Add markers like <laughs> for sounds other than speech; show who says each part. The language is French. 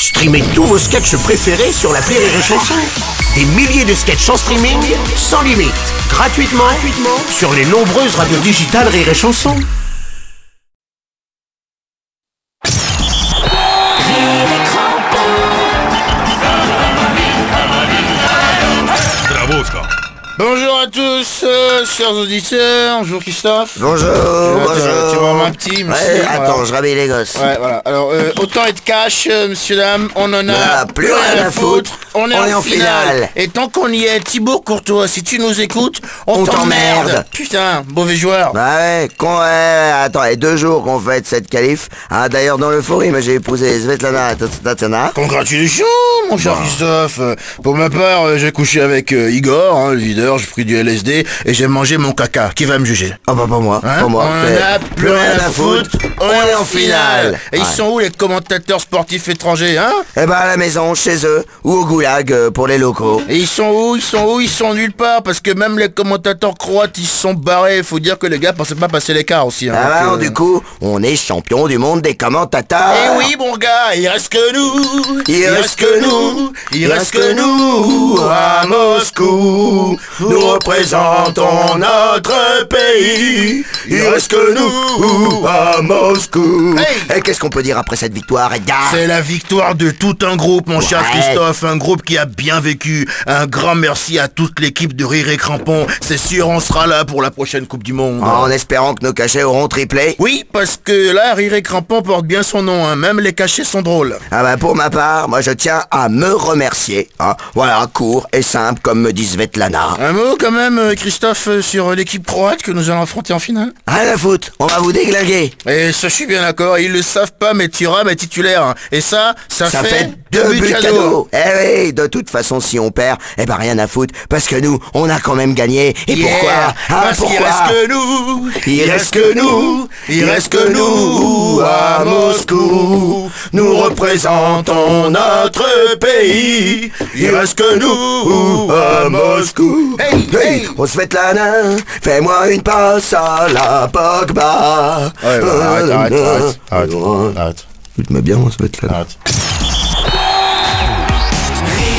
Speaker 1: Streamez tous vos sketchs préférés sur la Rire et Chanson. Des milliers de sketchs en streaming, sans limite, gratuitement, gratuitement sur les nombreuses radios digitales Rire et Chanson.
Speaker 2: Bravo, Oscar.
Speaker 3: Bonjour à tous, euh, chers auditeurs. Bonjour Christophe.
Speaker 4: Bonjour, bonjour.
Speaker 3: vois, t'as- tu vois, ma petite,
Speaker 4: Ouais,
Speaker 3: merci,
Speaker 4: attends,
Speaker 3: voilà.
Speaker 4: je rhabille les gosses.
Speaker 3: Ouais, voilà. Alors, euh, autant être cash, euh, monsieur, dame, on en a
Speaker 4: Ah, plus rien à foutre.
Speaker 3: On est, en, finale. Et tant qu'on y est, Thibaut Courtois, si tu nous écoutes, on,
Speaker 4: On t'emmerde.
Speaker 3: Putain, mauvais joueur.
Speaker 4: Bah ouais, qu'on, ouais, attends, et deux jours qu'on fête cette qualif. Ah, d'ailleurs, dans l'euphorie, moi j'ai épousé Svetlana et Tat- Tatiana.
Speaker 3: Congratulations, mon
Speaker 4: Bah.
Speaker 3: cher Christophe. Euh, Pour ma part, euh, j'ai couché avec euh, Igor, hein, le leader, j'ai pris du LSD et j'ai mangé mon caca. Qui va me juger
Speaker 4: Oh, bah, pas moi,
Speaker 3: Hein
Speaker 4: pas moi.
Speaker 3: on
Speaker 4: Mais
Speaker 3: en a plus rien à foutre, on est en finale. Et ils
Speaker 4: Ouais.
Speaker 3: sont où les commentateurs sportifs étrangers, hein
Speaker 4: Eh bah, à la maison, chez eux, ou au goulag euh, pour les locaux.
Speaker 3: Et ils sont où Ils sont où Ils sont nulle part parce que même les commentateurs croates ils se sont barrés. Faut dire que les gars pensaient pas passer l'écart aussi. Hein,
Speaker 4: Ah, bah,
Speaker 3: donc,
Speaker 4: alors,
Speaker 3: euh,
Speaker 4: du coup, on est champion du monde des commentateurs.
Speaker 3: Eh oui mon gars, il reste que nous,
Speaker 4: Il reste que nous,
Speaker 3: il reste que nous à Moscou. Nous représentons notre pays. Il reste que nous à Moscou.
Speaker 4: Et qu'est-ce qu'on peut dire après cette victoire, Edgar
Speaker 3: C'est la victoire de tout un groupe, mon cher
Speaker 4: Ouais.
Speaker 3: Christophe, un groupe qui a bien vécu. Un grand merci à toute l'équipe de Rire et Crampon. C'est sûr, on sera là pour la prochaine Coupe du Monde.
Speaker 4: En espérant que nos cachets auront triplé.
Speaker 3: Oui, parce que là, Rire et Crampon porte bien son nom, hein. même les cachets sont drôles.
Speaker 4: Ah bah pour ma part, moi je tiens à me remercier. hein. Voilà, court et simple comme me dit Svetlana.
Speaker 3: Un mot quand même, euh, Christophe, euh, sur l'équipe croate que nous allons affronter en finale.
Speaker 4: Rien à foutre, on va vous déglinguer.
Speaker 3: Et Eh, ça, je suis bien d'accord, ils le savent pas, mais Thuram est titulaire. hein. Et ça, ça,
Speaker 4: Ça fait deux buts cadeaux. Eh oui, de toute façon si on perd, eh ben rien à foutre parce que nous, on a quand même gagné. Et
Speaker 3: Yeah,
Speaker 4: pourquoi Hein,
Speaker 3: Parce qu'il
Speaker 4: pourquoi
Speaker 3: reste que nous,
Speaker 4: Il reste que nous,
Speaker 3: il reste que nous à Moscou. Nous représentons notre pays. Il reste que nous à Moscou. Hey, hey.
Speaker 4: On se fait la nain, fais-moi une passe à la Pogba.
Speaker 3: Ouais, ouais,
Speaker 4: <laughs>
Speaker 3: arrête, arrête, arrête, arrête, arrête,
Speaker 4: Tu te mets bien, on se fait la
Speaker 3: arrête.
Speaker 1: Rire